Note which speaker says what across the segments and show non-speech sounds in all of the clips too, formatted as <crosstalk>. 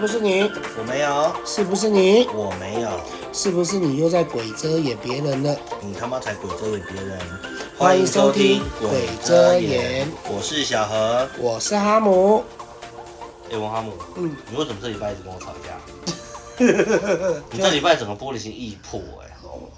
Speaker 1: 不是你？
Speaker 2: 我没有，
Speaker 1: 是不是你？
Speaker 2: 我没有，
Speaker 1: 是不是你又在鬼遮掩别人了？
Speaker 2: 你他妈才鬼遮眼别人！
Speaker 1: 欢迎收听鬼遮眼，
Speaker 2: 我是小何。
Speaker 1: 我是哈姆。
Speaker 2: 哎、王哈姆，
Speaker 1: 嗯，
Speaker 2: 你为什么这礼拜一直跟我吵 <laughs> 架？你这礼拜整个玻璃心易破哎、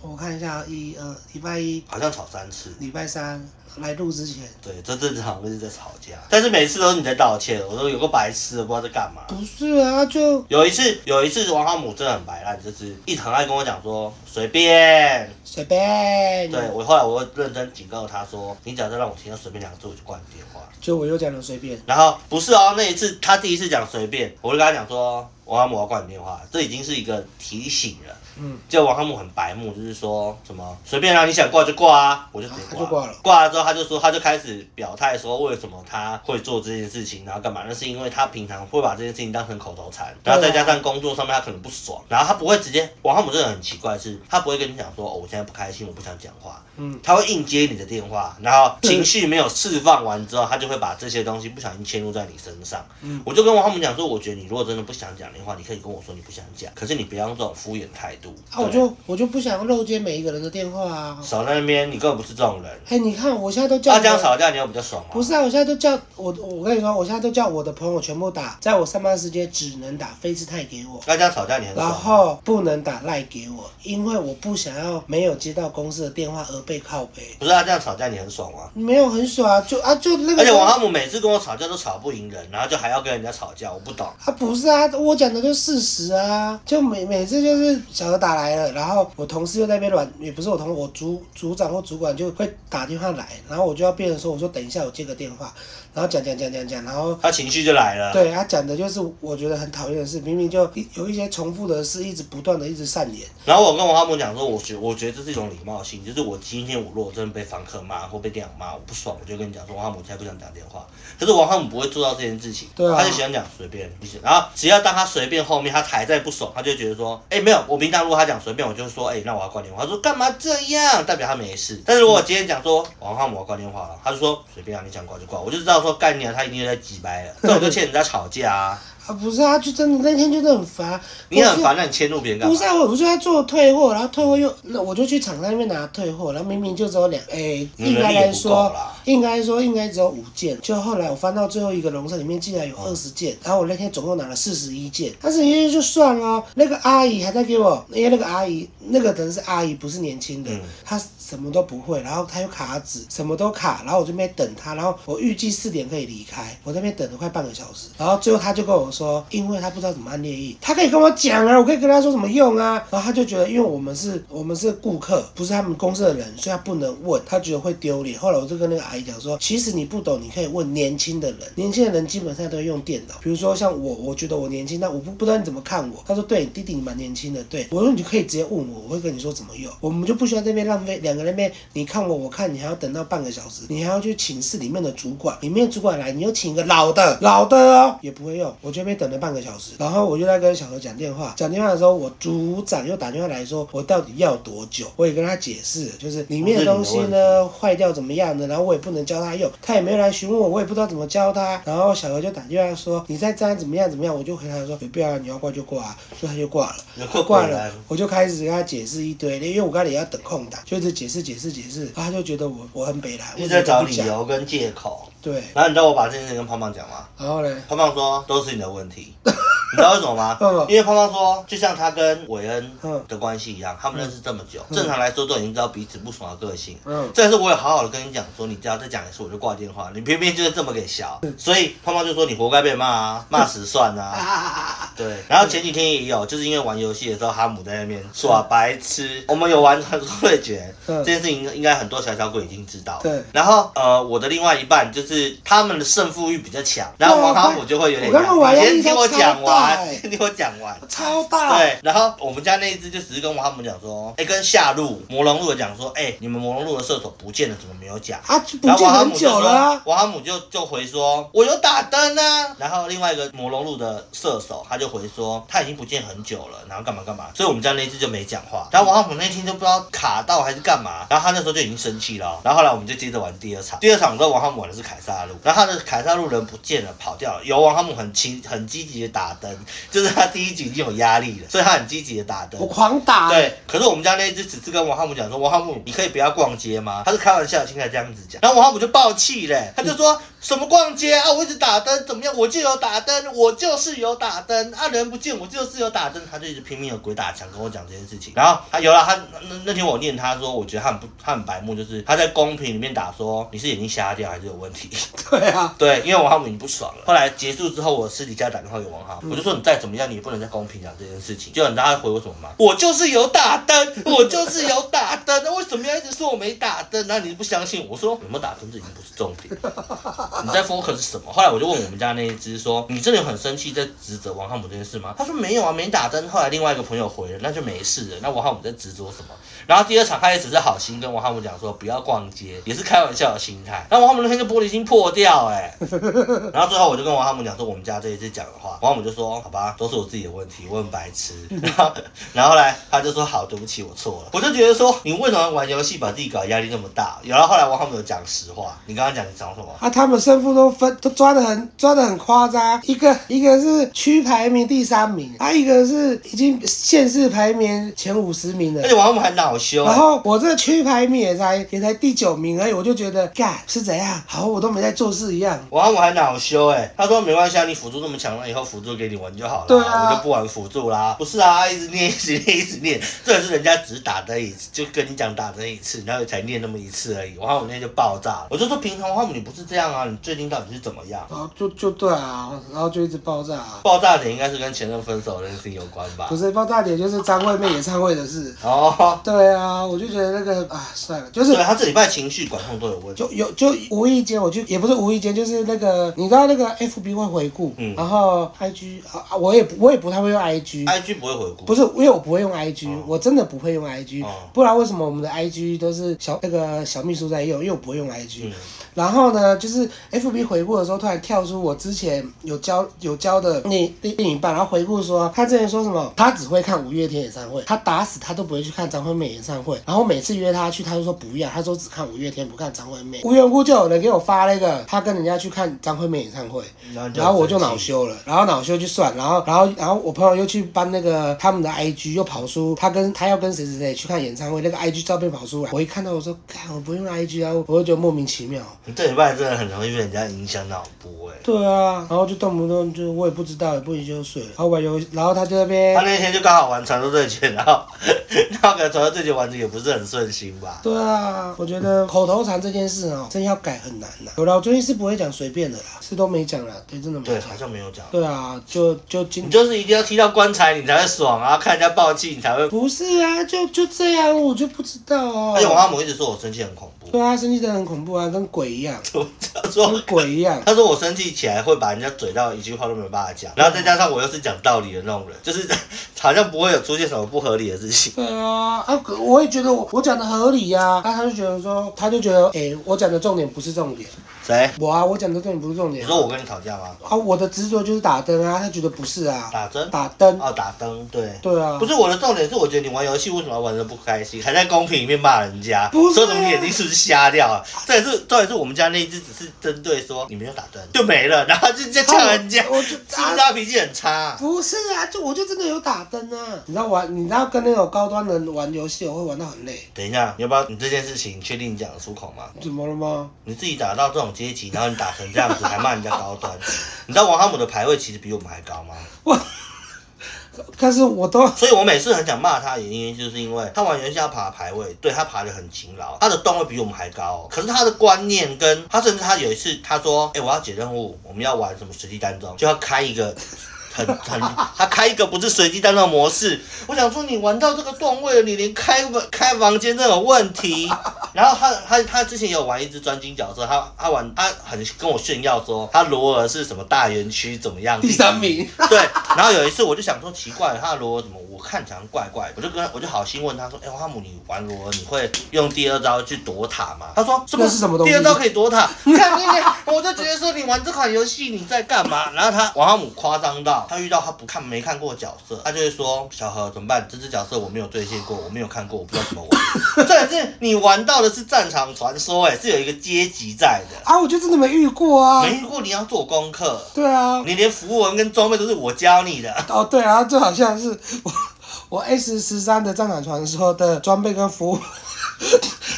Speaker 1: 我看一下，一二，礼拜一、
Speaker 2: 好像吵三次。
Speaker 1: 礼拜三来录之前，
Speaker 2: 对，这正常就是在吵架，但是每次都是你在道歉。我说有个白痴的，不知道在干嘛。
Speaker 1: 不是啊，就
Speaker 2: 有一次，有一次王哈姆真的很白烂，就是一直很爱跟我讲说随便，
Speaker 1: 随便。
Speaker 2: 对，我后来我认真警告他说，你只要再让我听到“随便”两个字，我就挂你电话。
Speaker 1: 就我又讲了随便。
Speaker 2: 然后不是哦，那一次他第一次讲随便，我就跟他讲说，王哈姆我要挂你电话，这已经是一个提醒了。
Speaker 1: 嗯，
Speaker 2: 结果王哈姆很白目，就是说什么随便啊，你想挂就挂啊，我就直接
Speaker 1: 他就挂了
Speaker 2: 挂了之后，他就说，他就开始表态说，为什么他会做这件事情，然后干嘛？那是因为他平常会把这件事情当成口头禅，然后再
Speaker 1: 对啊
Speaker 2: 加上工作上面他可能不爽，然后他不会直接。王哈姆这个人很奇怪是，他不会跟你讲说，哦，我现在不开心，我不想讲话，
Speaker 1: 嗯，
Speaker 2: 他会硬接你的电话，然后情绪没有释放完之后，他就会把这些东西不小心嵌入在你身上。
Speaker 1: 嗯
Speaker 2: 我就跟王浩姆讲说，我觉得你如果真的不想讲电话，你可以跟我说你不想讲，可是你不要用这种敷衍的态度。
Speaker 1: 啊，我就我就不想漏接每一个人的电话啊
Speaker 2: 对。少在那边，你根本不是这种人。
Speaker 1: 哎，你看我现在都叫
Speaker 2: 大
Speaker 1: 我
Speaker 2: 家吵架，你要比较爽吗？
Speaker 1: 不是啊，我现在都叫我，我跟你说，我现在都叫我的朋友全部打，在我上班时间只能打非姿态给我，
Speaker 2: 大家啊吵架你很爽
Speaker 1: 然
Speaker 2: 吗。
Speaker 1: 后不能打赖给我，因为我不想要没有接到公司的电话而被靠背。
Speaker 2: 不是啊，这样吵架你很爽吗？
Speaker 1: 没有很爽啊，就啊就那个，
Speaker 2: 而且王浩姆每次跟我吵架都吵不赢人，然后就还要跟人家吵架，我不懂。
Speaker 1: 啊不是啊，我讲的就事实啊，就每每次就是小何打来了，然后我同事又在那边软，也不是我同我组组长或主管就会打电话来，然后我就要变成说，我说等一下我接个电话，然后讲讲讲讲讲，然后
Speaker 2: 他情绪就来了。
Speaker 1: 对他啊讲的就是我觉得很讨厌的事，明明就一有一些重复的事，一直不断的一直上演。
Speaker 2: 然后我跟王浩姆讲说，我觉我觉得这是一种礼貌性，就是我今天我如果真的被房客骂或被店长骂，我不爽，我就跟你讲说，王浩姆现在不想讲电话。可是王浩姆不会做到这件事情，
Speaker 1: 对啊
Speaker 2: 他就喜欢讲随便，不行。然后只要当他随便后面他还在不爽，他就觉得说，哎、没有，我平常如果他讲随便，我就说，哎、那我要挂电话。他说干嘛这样，代表他没事。但是如果今天讲说王浩姆我要挂电话了，他就说随便啊，你想挂就挂，我就知道说干你啊，他一定在挤掰了，这我就欠人家吵架啊。
Speaker 1: 啊，不是啊，就真的那天就是很烦，啊
Speaker 2: 你
Speaker 1: 我
Speaker 2: 很
Speaker 1: 就
Speaker 2: 烦，那你迁怒别人干
Speaker 1: 不
Speaker 2: 嘛
Speaker 1: 是？啊，我不是在做退货，然后退货又，那我就去厂商那边拿退货，然后明明就只有两，哎、
Speaker 2: 你
Speaker 1: 应
Speaker 2: 嗯能
Speaker 1: 该
Speaker 2: 力也
Speaker 1: 来
Speaker 2: 不够
Speaker 1: 说
Speaker 2: 啦，
Speaker 1: 应该说应该只有五件，就后来我翻到最后一个笼子里面竟然有二十件，然后我那天总共拿了四十一件，但是一件就算了哦，那个阿姨还在给我，因为那个阿姨那个人是阿姨，不是年轻的
Speaker 2: 嗯，
Speaker 1: 她什么都不会，然后她又卡纸，什么都卡，然后我这边等她，然后我预计四点可以离开，我在那边等了快半个小时，然后最后她就跟我说，因为她不知道怎么按列印，她可以跟我讲啊，我可以跟她说什么用啊，然后她就觉得因为我们是我们是顾客，不是他们公司的人，所以她不能问，她觉得会丢脸。后来我就跟那个阿姨讲说，其实你不懂，你可以问年轻的人，年轻的人基本上都会用电脑，比如说像我，我觉得我年轻，但我不不知道你怎么看我。她说对，你弟弟你蛮年轻的，对我说你可以直接问我，我会跟你说怎么用，我们就不需要这边浪费两个人那边你看我我看你还要等到半个小时，你还要去请示里面的主管，里面主管来你又请一个老的老的哦也不会用，我就那边等了半个小时，然后我就在跟小何讲电话，讲电话的时候我组长又打电话来说我到底要多久，我也跟他解释，就是里面的东西
Speaker 2: 不是你的
Speaker 1: 呢。坏掉怎么样的，然后我也不能教他用，他也没有来询问我，我也不知道怎么教他。然后小何就打电话说你再这样怎么样怎么样，我就回答说随便啊，你要挂就挂、啊，所以他就挂了。
Speaker 2: 你
Speaker 1: 他
Speaker 2: 快
Speaker 1: 挂
Speaker 2: 过来
Speaker 1: 了，我就开始跟他解释一堆，因为我刚才也要等空档，就一直解释解释解释，然后他就觉得我我很北来，
Speaker 2: 一
Speaker 1: 我
Speaker 2: 直在找
Speaker 1: 怎么
Speaker 2: 理
Speaker 1: 不讲。
Speaker 2: 由跟借口。
Speaker 1: 对，
Speaker 2: 然后你知道我把这件事情跟胖胖讲吗？
Speaker 1: 然后呢？
Speaker 2: 胖胖说都是你的问题，你知道为什么
Speaker 1: <laughs>
Speaker 2: 吗
Speaker 1: 嗯？
Speaker 2: 因为胖胖说，就像他跟韦恩
Speaker 1: 嗯
Speaker 2: 的关系一样，他们认识这么久，正常来说都已经知道彼此不爽的个性。
Speaker 1: 嗯
Speaker 2: 但是我也好好的跟你讲说，你只要再讲一次我就挂电话，你偏偏就是这么给小，
Speaker 1: 嗯
Speaker 2: 所以胖胖就说你活该被骂啊，骂死
Speaker 1: <laughs>
Speaker 2: 算
Speaker 1: 啊
Speaker 2: 啊。
Speaker 1: 啊啊啊！
Speaker 2: 对，然后前几天也有，就是因为玩游戏的时候，哈姆在那边耍白痴。我们有玩 <laughs> 传说对决，
Speaker 1: 嗯
Speaker 2: 这件事情应该很多小小鬼已经知道。
Speaker 1: 对
Speaker 2: 然后呃，我的另外一半就是他们的胜负欲比较强，然后
Speaker 1: 对啊
Speaker 2: 王哈姆就会有点哎
Speaker 1: 我刚刚玩
Speaker 2: 你
Speaker 1: 压
Speaker 2: 先
Speaker 1: 力
Speaker 2: 听
Speaker 1: 都
Speaker 2: 我
Speaker 1: 超
Speaker 2: 讲
Speaker 1: 大啊
Speaker 2: 完， <laughs>
Speaker 1: 欸
Speaker 2: 先听我讲完。
Speaker 1: 超大。
Speaker 2: 对，然后我们家那一只就只是跟王哈姆讲说，哎，跟夏露、魔龙路的讲说，哎，你们魔龙路的射手不见了，怎么没有讲？
Speaker 1: 啊，就不
Speaker 2: 然后
Speaker 1: 见
Speaker 2: 王哈姆
Speaker 1: 很
Speaker 2: 就
Speaker 1: 久
Speaker 2: 说
Speaker 1: 了啊。
Speaker 2: 王哈姆就就回说，我有打灯啊。然后另外一个魔龙路的射手，他就回说他已经不见很久了，然后干嘛干嘛。所以我们家那一次就没讲话。然后王哈姆那天就不知道卡到还是干嘛，然后他那时候就已经生气了哦。然后后来我们就接着玩第二场，第二场我知道王哈姆玩的是凯撒路，然后他的凯撒路人不见了，跑掉了，由王哈姆很勤很积极的打灯，就是他第一集已经有压力了，所以他很积极的打灯
Speaker 1: 我。狂打、欸，
Speaker 2: 对，可是我们家那一只只是跟王汉姆讲说，王汉姆，你可以不要逛街吗？他是开玩笑，现在这样子讲，然后王汉姆就爆气嘞，他就说什么逛街啊，我一直打灯怎么样，我就有打灯，我就是有打灯，啊人不见我就是有打灯，他就一直拼命的鬼打墙跟我讲这件事情，然后他有了他那那天我念他说，我觉得他很不他很白目，就是他在公屏里面打说你是眼睛瞎掉还是有问题，
Speaker 1: 对啊，
Speaker 2: 对，因为王浩姆已经不爽了。后来结束之后，我私底下打电话给王浩，我就说你再怎么样，你也不能再跟我平讲这件事情。结果你知道他回我什么吗？我就是有打灯，我就是有打灯，那为什么要一直说我没打灯？然后你不相信我我说有没有打灯这已经不是重点，你在 focus 什么？后来我就问我们家那一只说，你真的有很生气在指责王浩姆这件事吗？他说没有啊，没打灯。后来另外一个朋友回了，那就没事了。那王浩姆在执着什么？然后第二场他也只是好心跟王浩姆讲说不要逛街，也是开玩笑的心态。然后王浩姆那天就玻璃心破掉哎、然后最后我就跟王浩姆讲说我们家这一次讲的话，王浩姆就说好吧，都是我自己的问题，我很白痴。然后然后后来他就说好，对不起，我错了。我就觉得说你为什么玩游戏把自己搞压力那么大？然后后来王浩姆有讲实话，你刚刚讲你讲什么？
Speaker 1: 啊，他们胜负都分都抓的很抓的很夸张，一个一个是区排名第三名，啊，一个是已经县市排名前五十名了
Speaker 2: 而。且王浩姆还恼羞、欸
Speaker 1: 然后我这个区排名也才也才第九名而已，我就觉得干是怎样，好我都没在做事一样。
Speaker 2: 我我还恼羞哎、他说没关系啊，你辅助这么强，那以后辅助给你玩就好了，
Speaker 1: 对啊
Speaker 2: 我就不玩辅助啦。不是啊，一直念，一直念，一直念，这也是人家只打灯一次，就跟你讲打灯一次，然后才念那么一次而已。王浩姆那天就爆炸了，我就说平常王浩姆你不是这样啊，你最近到底是怎么样？
Speaker 1: 然后哦就就对啊，然后就一直爆炸、啊，
Speaker 2: 爆炸点应该是跟前任分手的事情有关吧
Speaker 1: 不？是爆炸点就是张惠妹演唱会的事。
Speaker 2: 哦，
Speaker 1: 对啊，我就觉得那个啊算了，就是
Speaker 2: 对，他这礼拜情绪管控都有问题
Speaker 1: 就。有就无意间，我就也不是无意间，就是那个你知道那个 FB 会回顾，
Speaker 2: 嗯
Speaker 1: 然后 IG 啊，啊我也不我也不太会用 IG，、
Speaker 2: IG 不会回顾，
Speaker 1: 不是因为我不会用 IG，、
Speaker 2: 哦
Speaker 1: 我真的不会用 IG，、
Speaker 2: 哦
Speaker 1: 不然为什么我们的 IG 都是小那个小秘书在用？因为我不会用 IG，、
Speaker 2: 嗯
Speaker 1: 然后呢，就是 FB 回顾的时候，突然跳出我之前有教有教的另另另一半，然后回顾说他之前说什么，他只会看五月天演唱会，他打死他都不会去看张惠妹演唱会。然后每次约他去，他就说不要，他说只看五月天，不看张惠妹。无缘无故就有人给我发那个他跟人家去看张惠妹演唱会，
Speaker 2: 然后你
Speaker 1: 然后我就
Speaker 2: 很
Speaker 1: 恼
Speaker 2: 生气。
Speaker 1: 羞了，然后恼羞就算，然后然后然后我朋友又去搬那个他们的 IG，又跑出他跟他要跟谁谁谁去看演唱会，那个 IG 照片跑出来，我一看到我说，看我不用 IG 啊，我就觉得莫名其妙。
Speaker 2: 你这礼拜真的很容易被人家影响脑波哎、
Speaker 1: 对啊，然后就动不动就我也不知道，也不研究水，然后玩游，然后他就在那边，
Speaker 2: 他那天就刚好玩传说对决，然后 <laughs> 然后可能传说对决玩的也不是很顺心吧。
Speaker 1: 对啊，我觉得口头禅这件事哦，真要改很难呐、有了，我最近是不会讲随便的啦，是都没讲啦，对，真的没
Speaker 2: 对，
Speaker 1: 讲。
Speaker 2: 好像没有讲。
Speaker 1: 对啊，就就今
Speaker 2: 你就是一定要踢到棺材，你才会爽啊！看人家爆气，你才会。
Speaker 1: 不是啊，就就这样，我就不知道哦
Speaker 2: 而且。王阿姆一直说我生气很恐怖， <laughs>
Speaker 1: 对啊，生气真的很恐怖啊，跟鬼一样，
Speaker 2: 他说
Speaker 1: 跟鬼一样。
Speaker 2: 他说我生气起来会把人家嘴到一句话都没有办法讲，然后再加上我又是讲道理的那种人，就是 <laughs> 好像不会有出现什么不合理的事情。
Speaker 1: 对啊，啊，可我也觉得我我讲的合理呀、啊，那、他就觉得说，他就觉得，哎、我讲的重点不是重点，
Speaker 2: 谁？
Speaker 1: 我啊，我讲的重点不是重
Speaker 2: 你
Speaker 1: 点
Speaker 2: 说我跟你吵架吗？
Speaker 1: 啊，我的执着就是打灯啊，他觉得不是啊，
Speaker 2: 打针？
Speaker 1: 打灯，
Speaker 2: 哦，打灯，对。
Speaker 1: 对啊，
Speaker 2: 不
Speaker 1: 是，
Speaker 2: 是我的重点是，我觉得你玩游戏为什么要玩的不开心，还在公屏里面骂人家，
Speaker 1: 不是啊
Speaker 2: 说什么你眼睛是不是瞎掉了？这也是重点是我们家那一只只是针对说你没有打灯就没了，然后就就呛人家，
Speaker 1: 我就是
Speaker 2: 不 <laughs> 是
Speaker 1: 啊，
Speaker 2: 他脾气很差啊？
Speaker 1: 不是啊，就我就真的有打灯啊，你知道玩，你知道跟那种高端人玩游戏，我会玩到很累，
Speaker 2: 等一下，你要不要你这件事情确定你讲得出口吗？
Speaker 1: 怎么了吗？
Speaker 2: 你自己打到这种阶级，然后你打成这样子，还骂人家高端，你知道王哈姆的排位其实比我们还高吗？
Speaker 1: 但是我都
Speaker 2: <laughs> 所以我每次很想骂他，的原因就是因为他玩游戏要爬排位，对他爬得很勤劳，他的段位比我们还高、哦。可是他的观念跟他甚至他有一次他说，哎、我要解任务，我们要玩什么随机单装，就要开一个。很很，他开一个不是随机单装模式，我想说你玩到这个段位了，你连开门开房间都有问题。然后他他他之前也有玩一只专精角色，他他玩他很跟我炫耀说他罗尔是什么大园区怎么样
Speaker 1: 第三名，
Speaker 2: 对，然后有一次我就想说奇怪，他的罗尔怎么我看起来怪怪的，我就跟他我就好心问他说，哎、王哈姆你玩罗尔你会用第二招去躲塔吗？他说什么
Speaker 1: 那是什么东西
Speaker 2: 第二招可以
Speaker 1: <laughs>
Speaker 2: 躲塔，看你看，我就觉得说你玩这款游戏你在干嘛？然后他王哈姆夸张到他遇到他不看没看过的角色，他就会 <laughs> 说小何怎么办？这只角色我没有兑现过，我没有看过，我不知道怎么玩。这也是你玩到的是战场传说、哎，是有一个阶级在的。
Speaker 1: 啊，我就真的没遇过啊。
Speaker 2: 没遇过你要做功课，
Speaker 1: 对啊，
Speaker 2: 你连符文跟装备都是我教你的。
Speaker 1: 哦对啊，就好像是我我 S 十三的战场传说的装备跟服务。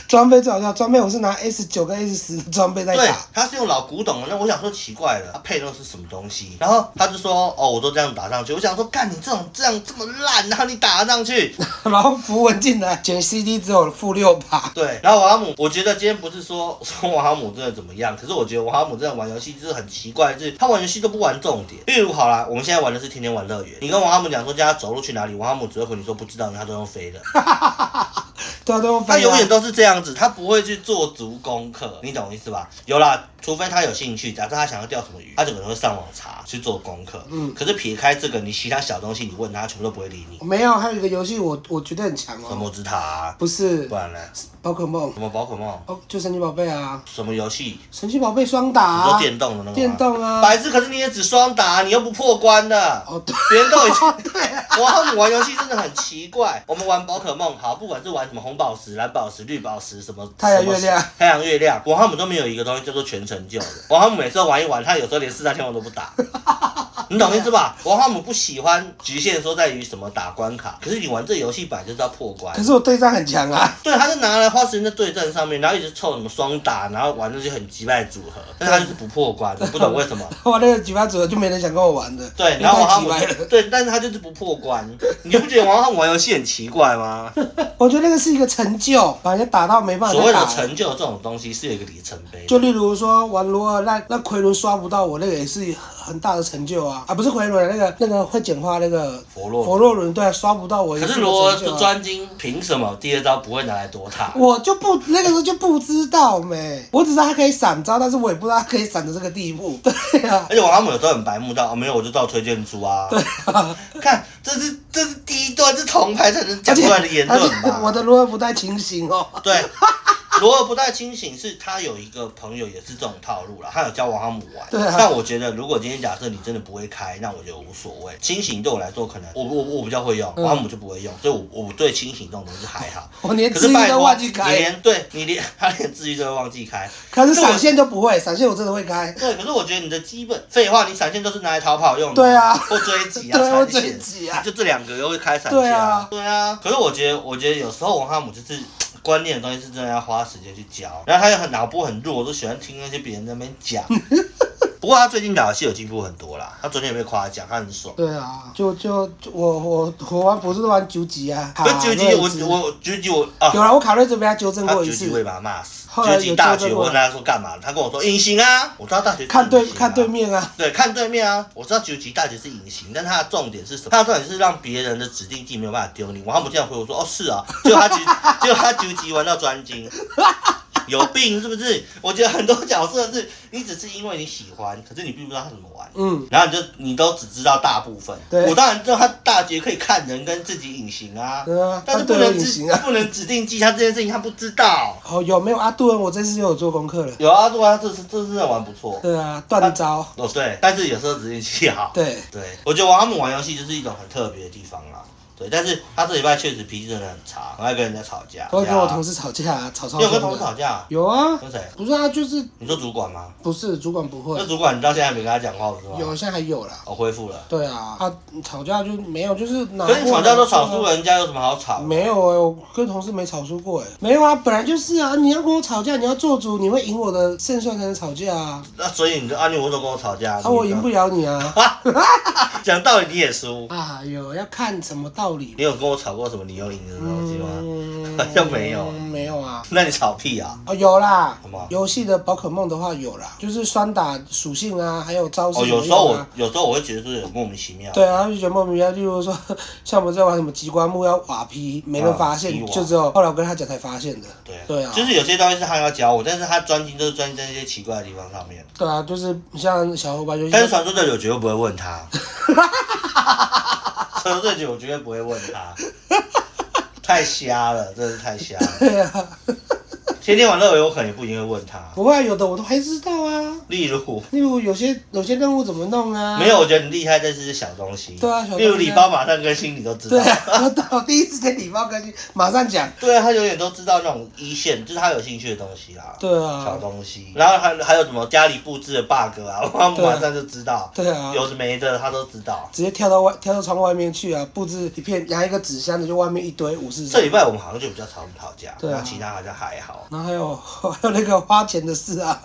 Speaker 1: 装备最好笑，装备我是拿 S 九跟 S 十的装备在
Speaker 2: 对
Speaker 1: 打，，
Speaker 2: 他是用老古董的，那我想说奇怪了，他配的是什么东西？然后他就说，哦，我都这样打上去。我想说，干你这种这样这么烂，然后你打上去，
Speaker 1: 然后符文进来，捡 CD 只有负六把，
Speaker 2: 对，然后瓦哈姆，我觉得今天不是说说瓦哈姆真的怎么样，可是我觉得瓦哈姆真的玩游戏就是很奇怪，就是他玩游戏都不玩重点。例如好啦，我们现在玩的是天天玩乐园，你跟瓦哈姆讲说叫他走路去哪里，瓦哈姆只会回你说不知道，因为他都用飞的，
Speaker 1: 对啊，都用
Speaker 2: 他
Speaker 1: 飞
Speaker 2: 永
Speaker 1: 啊
Speaker 2: 远都是这样子，他不会去做足功课，你懂我意思吧？有啦，除非他有兴趣，假设他想要钓什么鱼，他就可能会上网查去做功课。
Speaker 1: 嗯
Speaker 2: 可是撇开这个，你其他小东西你问他，他全部都不会理你。
Speaker 1: 没有，还有一个游戏我我觉得很强
Speaker 2: 什
Speaker 1: 哦，
Speaker 2: 么之塔、啊，
Speaker 1: 不是
Speaker 2: 不然呢？
Speaker 1: 宝可梦，
Speaker 2: 什么宝可梦？
Speaker 1: 哦，就神奇宝贝啊，
Speaker 2: 什么游戏？
Speaker 1: 神奇宝贝双打
Speaker 2: 你说
Speaker 1: 啊，
Speaker 2: 电动的那个吗
Speaker 1: 电动啊，
Speaker 2: 白痴，可是你也只双打，你又不破
Speaker 1: <laughs>
Speaker 2: 关的。
Speaker 1: 哦对，
Speaker 2: 别人都已经，
Speaker 1: 哦对啊，
Speaker 2: 我和你玩游戏真的很奇怪。我们玩宝可梦，好，不管是玩什么红宝石、蓝宝石、绿宝石，什么
Speaker 1: 太阳
Speaker 2: 什么
Speaker 1: 月亮
Speaker 2: 太阳月亮，王哈姆都没有一个东西叫做全成就的。王哈姆每次都玩一玩，他有时候连四大天王都不
Speaker 1: <laughs>
Speaker 2: 打。你懂意思吧？王哈姆不喜欢局限说在于什么打关卡，可是你玩这游戏本来就是要破关
Speaker 1: 可。是我对战很强啊，
Speaker 2: 对，他就拿来花时间在对战上面，然后一直凑什么双打，然后玩那些很击败的组合，但是他就是不
Speaker 1: <laughs>
Speaker 2: 破关，我不懂为什么。
Speaker 1: 我那个举发组合就没人想跟我玩的，
Speaker 2: 对，然后王哈
Speaker 1: 太鸡掰
Speaker 2: 姆
Speaker 1: 了
Speaker 2: 对，但是他就是不破关，你不觉得王哈姆玩游戏很奇怪
Speaker 1: <laughs>
Speaker 2: 吗？
Speaker 1: 我觉得那个是一个成就，把人家打到没办法
Speaker 2: 所
Speaker 1: 再
Speaker 2: 谓的
Speaker 1: 打。
Speaker 2: 成就这种东西是有一个里程碑的，
Speaker 1: 就例如说玩罗尔，那那奎伦刷不到我，那个也是很大的成就啊！啊，不是奎伦，那个那个会简化那个
Speaker 2: 佛洛
Speaker 1: 佛
Speaker 2: 伦。
Speaker 1: 洛伦，对啊，刷不到我也
Speaker 2: 可是
Speaker 1: 个
Speaker 2: 罗
Speaker 1: 成就
Speaker 2: 的
Speaker 1: 啊
Speaker 2: 专精凭什么第二招不会拿来
Speaker 1: <laughs>
Speaker 2: 躲塔？
Speaker 1: 我就不那个时候就不知道没，我只知道他可以闪招，但是我也不知道他可以闪到这个地步。对啊，
Speaker 2: 而且王哈姆有时候很白目到，哦、没有我就照推荐
Speaker 1: <laughs>
Speaker 2: 书啊。对看这是这是第一段，这是铜牌才能
Speaker 1: 而
Speaker 2: <laughs> 讲
Speaker 1: 且
Speaker 2: 出来的言
Speaker 1: 而
Speaker 2: 论
Speaker 1: 且
Speaker 2: 吧？
Speaker 1: <laughs> 我的罗尔不太清醒哦。
Speaker 2: 对，罗尔不太清醒，是他有一个朋友也是这种套路啦，他有教王哈姆玩。
Speaker 1: 对啊
Speaker 2: 但我觉得，如果今天假设你真的不会开，那我觉得无所谓。清醒对我来说，可能我我我比较会用，
Speaker 1: 嗯
Speaker 2: 王哈姆就不会用，所以我我对清醒这种东西还好。
Speaker 1: 我连
Speaker 2: 可
Speaker 1: 治
Speaker 2: 是拜
Speaker 1: 愈都
Speaker 2: 托，
Speaker 1: 忘记
Speaker 2: 你
Speaker 1: 开，
Speaker 2: 连对你连他连治愈都会忘记开。
Speaker 1: 可是
Speaker 2: 这我
Speaker 1: 闪现都不会，闪现我真的会开。
Speaker 2: 对，可是我觉得你的基本废话，你闪现都是拿来逃跑用的，
Speaker 1: 对啊
Speaker 2: 或追击
Speaker 1: <laughs>
Speaker 2: 啊，
Speaker 1: 对或
Speaker 2: 闪
Speaker 1: 追
Speaker 2: 现
Speaker 1: 击啊
Speaker 2: 就这两个又会开闪现，
Speaker 1: 对啊，
Speaker 2: 对啊。可是我觉得，我觉得有时候王哈姆就是观念的东西是真的要花时间去教，然后他又很脑波很弱，都喜欢听那些别人在那边
Speaker 1: <laughs>
Speaker 2: 讲。不过他最近打游戏有进步很多啦，他昨天也被夸奖，他很爽。
Speaker 1: 对啊，就就就我我我玩不是玩九级啊，卡
Speaker 2: 可是九级
Speaker 1: 瑞兹
Speaker 2: 我我九级我啊，
Speaker 1: 有啦，我卡瑞兹被他纠正
Speaker 2: 他
Speaker 1: 过一
Speaker 2: 九级
Speaker 1: 次
Speaker 2: 我。也把他骂死。
Speaker 1: 后来有
Speaker 2: 九级大
Speaker 1: 纠
Speaker 2: 学
Speaker 1: 正过
Speaker 2: 我问他说干嘛，他跟我说隐形啊，我知道大学是
Speaker 1: 看对
Speaker 2: 隐形啊
Speaker 1: 看对面啊，
Speaker 2: 对，看对面啊，我知道九级大姐是隐形，但它的重点是什么？它的重点是让别人的指定技没有办法丢你。王汉姆这样回我说：“哦，是啊， <laughs> 就他局，就他九级玩到专精， <laughs> 有病是不是？”我觉得很多角色是你只是因为你喜欢，可是你并不知道他怎么玩。
Speaker 1: 嗯，
Speaker 2: 然后你就你都只知道大部分，
Speaker 1: 对
Speaker 2: 我当然知道他大绝可以看人跟自己隐形啊，
Speaker 1: 对啊
Speaker 2: 但是
Speaker 1: 看对
Speaker 2: 不
Speaker 1: 人
Speaker 2: 能
Speaker 1: 隐
Speaker 2: 指、
Speaker 1: 形啊 <laughs>
Speaker 2: 不能指定技，他这件事情他不知道。
Speaker 1: 哦有没有阿杜恩？我这次又有做功课了。
Speaker 2: 有啊，如果他这次这次真的玩不错，
Speaker 1: 对啊，断招，
Speaker 2: 哦对，但是有时候指定技好，
Speaker 1: 对，
Speaker 2: 对，我觉得王哈姆玩游戏就是一种很特别的地方啦。对，但是他这礼拜确实脾气真的很差，很爱跟人家吵架。
Speaker 1: 我会跟我同
Speaker 2: 事，
Speaker 1: 事吵架，吵吵
Speaker 2: 你有跟
Speaker 1: 凶
Speaker 2: 同事吵
Speaker 1: 的。
Speaker 2: 架？
Speaker 1: 有啊，
Speaker 2: 跟谁？
Speaker 1: 不是啊，就是
Speaker 2: 你说主管吗？
Speaker 1: 不是主管不会
Speaker 2: 那，主管你到现在还没跟他讲话不是吗？
Speaker 1: 有现在还有啦。
Speaker 2: 我恢复了。
Speaker 1: 对啊，啊吵架就没有，就是哪
Speaker 2: 可是你吵架都吵输，人家有什么好吵？
Speaker 1: 啊没有哎、我跟同事没吵输过哎、没有啊，本来就是啊，你要跟我吵架，你要做主，你会赢我的胜算才能吵架啊，
Speaker 2: 那所以你就啊，你为什么跟我吵架？
Speaker 1: 啊我赢不了你啊， <laughs>
Speaker 2: 讲道理你也输。
Speaker 1: 啊有要看什么道理，
Speaker 2: 你有跟我吵过什么你有赢的东西吗？ <laughs>
Speaker 1: 嗯
Speaker 2: 好像没有
Speaker 1: 没有啊，
Speaker 2: 那你吵屁啊！
Speaker 1: 哦，有啦
Speaker 2: 什么，
Speaker 1: 游戏的宝可梦的话有啦，就是双打属性啊，还有招式、
Speaker 2: 哦，有时候我。有时候我会觉得是莫名其妙。
Speaker 1: 啊对啊，就觉得莫名其妙。例如说，像我们在玩什么机关木要瓦皮，没人发
Speaker 2: 啊劈
Speaker 1: 现，
Speaker 2: 瓦
Speaker 1: 就只有后来我跟他讲才发现的。
Speaker 2: 对
Speaker 1: 对啊
Speaker 2: 就是有些东西是他要教我，但是他专精就是专精在一些奇怪的地方上面。
Speaker 1: 对啊，就是像小伙伴游
Speaker 2: 但是
Speaker 1: 戏，
Speaker 2: 传说对决我绝对不会问他，
Speaker 1: <laughs>
Speaker 2: 传说对决我绝对不会问他，太瞎了，真的是太瞎了。
Speaker 1: 对啊，
Speaker 2: 天天玩乐有可能也不一定会问他，
Speaker 1: 不会啊，有的我都还知道啊。
Speaker 2: 例如。
Speaker 1: 例如有些有些任务怎么弄啊？
Speaker 2: 没有，我觉得你厉害，但是是小东西。
Speaker 1: 对啊小东西啊
Speaker 2: 例如礼包马上更新，你都知道。
Speaker 1: 对啊，我到第一时间礼貌更新，马上讲。
Speaker 2: 对啊，他永远都知道那种一线，就是他有兴趣的东西啦。
Speaker 1: 对
Speaker 2: 小
Speaker 1: 啊，
Speaker 2: 东西，然后还还有什么家里布置的 bug 啊，他们
Speaker 1: 对啊
Speaker 2: 晚上就知道，
Speaker 1: 对啊，
Speaker 2: 有的没的他都知道。
Speaker 1: 直接跳到外跳到窗外面去啊，布置一片，拿一个纸箱子，就外面一堆武士
Speaker 2: 这
Speaker 1: 人。
Speaker 2: 礼拜我们好像就比较常吵架，
Speaker 1: 对啊
Speaker 2: 那其他好像还好。
Speaker 1: 然后还有 <laughs> 还有那个花钱的事
Speaker 2: <laughs>
Speaker 1: 啊，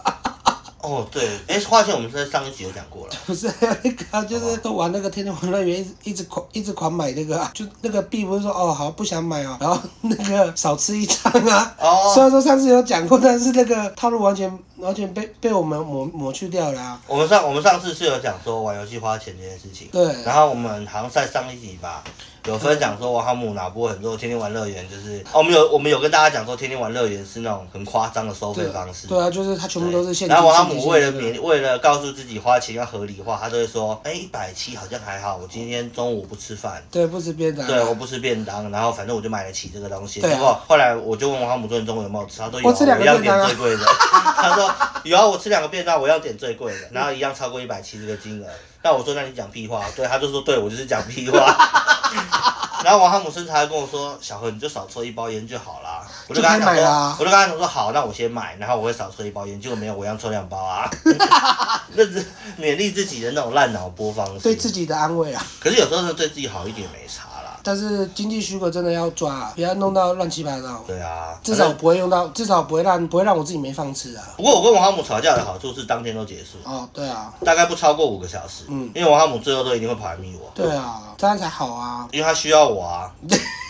Speaker 2: 哦，对，哎，花钱我们在上一集有讲过了，
Speaker 1: 不是还有那个啊就是都玩那个天天玩乐园，一直一直狂一直狂买那个、啊，就那个币不是说哦好不想买哦，然后那个少吃一张啊。
Speaker 2: 哦
Speaker 1: 虽然说上次有讲过，但是那个套路完全完全被被我们抹抹去掉了、啊。
Speaker 2: 我们上我们上次是有讲说玩游戏花钱这件事情，
Speaker 1: 对，
Speaker 2: 然后我们好像在上一集吧，有分享说哇，哈姆脑波很弱，天天玩乐园就是，哦我们有我们有跟大家讲说，天天玩乐园是那种很夸张的收费
Speaker 1: 对
Speaker 2: 方式。
Speaker 1: 对啊，就是它全部都是现金。
Speaker 2: 然后王哈
Speaker 1: 现金
Speaker 2: 姆为了
Speaker 1: 现金
Speaker 2: 免为了告诉自己花钱要合理化，他就会说，哎，一百七好像还好，我今天中午不吃饭。
Speaker 1: 对不吃便当啊，
Speaker 2: 对，我不吃便当，然后反正我就买得起这个东西。
Speaker 1: 对啊
Speaker 2: 结果后来我就问王哈姆说：“你中午有没有吃？”他说：“有，
Speaker 1: 我吃两个
Speaker 2: 要
Speaker 1: 便当
Speaker 2: 点
Speaker 1: 啊
Speaker 2: 最贵的。” <laughs> 他说：“有啊，我吃两个便当，我要点最贵的，然后一样超过一百七这个金额。”那我说：“那你讲屁话。”对，他就说：“对，我就是讲屁话。” <laughs> 然后王哈姆甚至还跟我说：“小何，你就少抽一包烟就好啦。”我就跟他
Speaker 1: 就
Speaker 2: 讲
Speaker 1: 开买
Speaker 2: 说：“
Speaker 1: 啦
Speaker 2: 我就跟他讲说好，那我先买，然后我会少抽一包烟。”结果没有，我一样抽两包啊。 <laughs> 那是勉励自己的那种烂脑波方式。
Speaker 1: 对自己的安慰啊。
Speaker 2: 可是有时候是对自己好一点没差啦。
Speaker 1: 但是经济许可真的要抓，不要弄到乱七八糟。
Speaker 2: 对啊，
Speaker 1: 至
Speaker 2: 反
Speaker 1: 少
Speaker 2: 正
Speaker 1: 不会用到，至少不会让不会让我自己没饭吃啊。
Speaker 2: 不过我跟王哈姆吵架的好处是当天都结束，
Speaker 1: 哦，对啊，
Speaker 2: 大概不超过五个小时。
Speaker 1: 嗯
Speaker 2: 因为王哈姆最后都一定会跑来密我，
Speaker 1: 对啊，这样才好
Speaker 2: <laughs>
Speaker 1: 啊。
Speaker 2: 因为他需要我啊。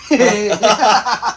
Speaker 2: 例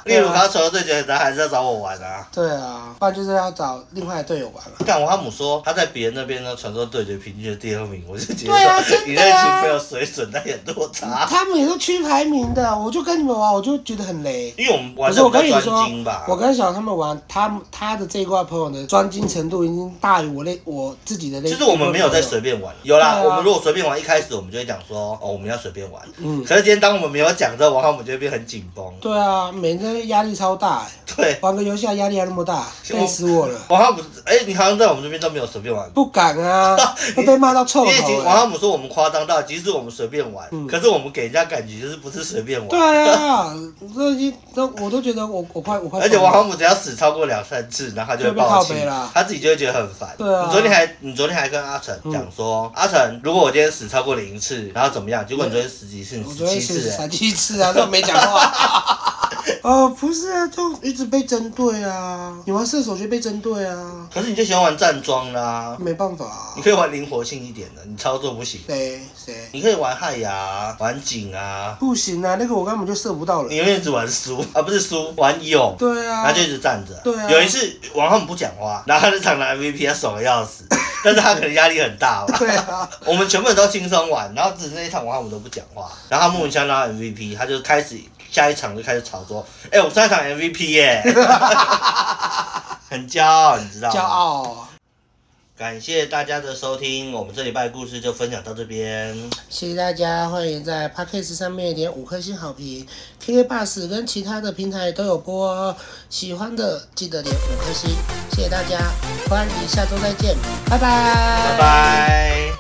Speaker 1: 例
Speaker 2: 如
Speaker 1: 啊
Speaker 2: 他除了最简单还是要找我玩啊。
Speaker 1: 对啊，不然就是要找另外的队友玩了。
Speaker 2: 但王哈姆说他在别人那边呢传说对决平均的第二名，我就觉得
Speaker 1: 对啊
Speaker 2: 说
Speaker 1: 真的啊
Speaker 2: 你那群朋友水准那有多差？
Speaker 1: 他们也是区排名的，我就跟你们玩，我就觉得很雷。
Speaker 2: 因为我们
Speaker 1: 可
Speaker 2: 玩
Speaker 1: 是
Speaker 2: 的
Speaker 1: 我
Speaker 2: 比
Speaker 1: 跟你
Speaker 2: 较
Speaker 1: 说
Speaker 2: 专精吧，。
Speaker 1: 我跟小他们玩，他们他的这一挂朋友的专精程度已经大于我类我自己的类。
Speaker 2: 就是我们没有在随便玩，有
Speaker 1: 对
Speaker 2: 啦。
Speaker 1: 啊
Speaker 2: 我们如果随便玩，一开始我们就会讲说，哦，我们要随便玩。
Speaker 1: 嗯，
Speaker 2: 可是今天当我们没有讲之后，王浩姆就会变很紧绷。
Speaker 1: 对啊，每天压力超大、
Speaker 2: 对，
Speaker 1: 玩个游戏还压力还那么大，
Speaker 2: 是我
Speaker 1: 累死我了。
Speaker 2: 王浩姆，哎、你好像在我们这边都没有随便玩。
Speaker 1: 不敢
Speaker 2: <laughs>
Speaker 1: 啊，会被骂到臭 <laughs>
Speaker 2: 因
Speaker 1: 头、
Speaker 2: 为其王
Speaker 1: 欸。
Speaker 2: 浩姆说我们夸张到，即使我们随便玩，
Speaker 1: 嗯
Speaker 2: 可是我们给人家感觉就是不是随便玩。
Speaker 1: 对啊，这已经都我都觉得我我快我快疯了。
Speaker 2: 而且王浩姆只要死超过两三次，然后他就会爆
Speaker 1: 就
Speaker 2: 气
Speaker 1: 会靠北啦，
Speaker 2: 他自己就会觉得很烦。
Speaker 1: 对啊嗯
Speaker 2: 你昨天还你昨天还跟阿成讲说，阿成，如果我今天死超过零次，然后怎么样？结果你昨天死几次？你
Speaker 1: 我
Speaker 2: 十
Speaker 1: 昨天
Speaker 2: 七
Speaker 1: 是
Speaker 2: 次、哎
Speaker 1: 三七次啊，都没讲
Speaker 2: <laughs>
Speaker 1: 话。哦，不是啊，就一直被针对啊。你玩射手就被针对啊，
Speaker 2: 可是你就喜欢玩站桩啦、
Speaker 1: 没办法啊
Speaker 2: 你。可以玩灵活性一点的，你操作不行。
Speaker 1: 谁谁
Speaker 2: 你可以玩害牙、玩井啊，
Speaker 1: 不行啊？那个我根本就射不到了
Speaker 2: 你。永远只玩输啊，不是输，玩勇。
Speaker 1: 对啊
Speaker 2: 然后，就一直站着。
Speaker 1: 对啊
Speaker 2: 有一次王浩姆不讲话，然后他就抢了 MVP，他爽的
Speaker 1: <laughs>
Speaker 2: 要死，但是他可能压力很大吧。
Speaker 1: 对
Speaker 2: <laughs>
Speaker 1: 啊，
Speaker 2: 我们全部人都轻松玩，然后只是那一场王浩姆都不讲话，然后他莫名其妙拿到 MVP，他就开始下一场就开始吵说：“哎、我上一场 MVP 耶、 <laughs> 很骄傲，你知道吗？
Speaker 1: 骄傲。啊
Speaker 2: 感谢大家的收听，我们这礼拜的故事就分享到这边。
Speaker 1: 谢谢大家，欢迎在 p a c k a g e 上面点五颗星好评，KK Bus 跟其他的平台都有播哦。喜欢的记得点五颗星，谢谢大家，欢迎下周再见，拜拜，
Speaker 2: 拜拜。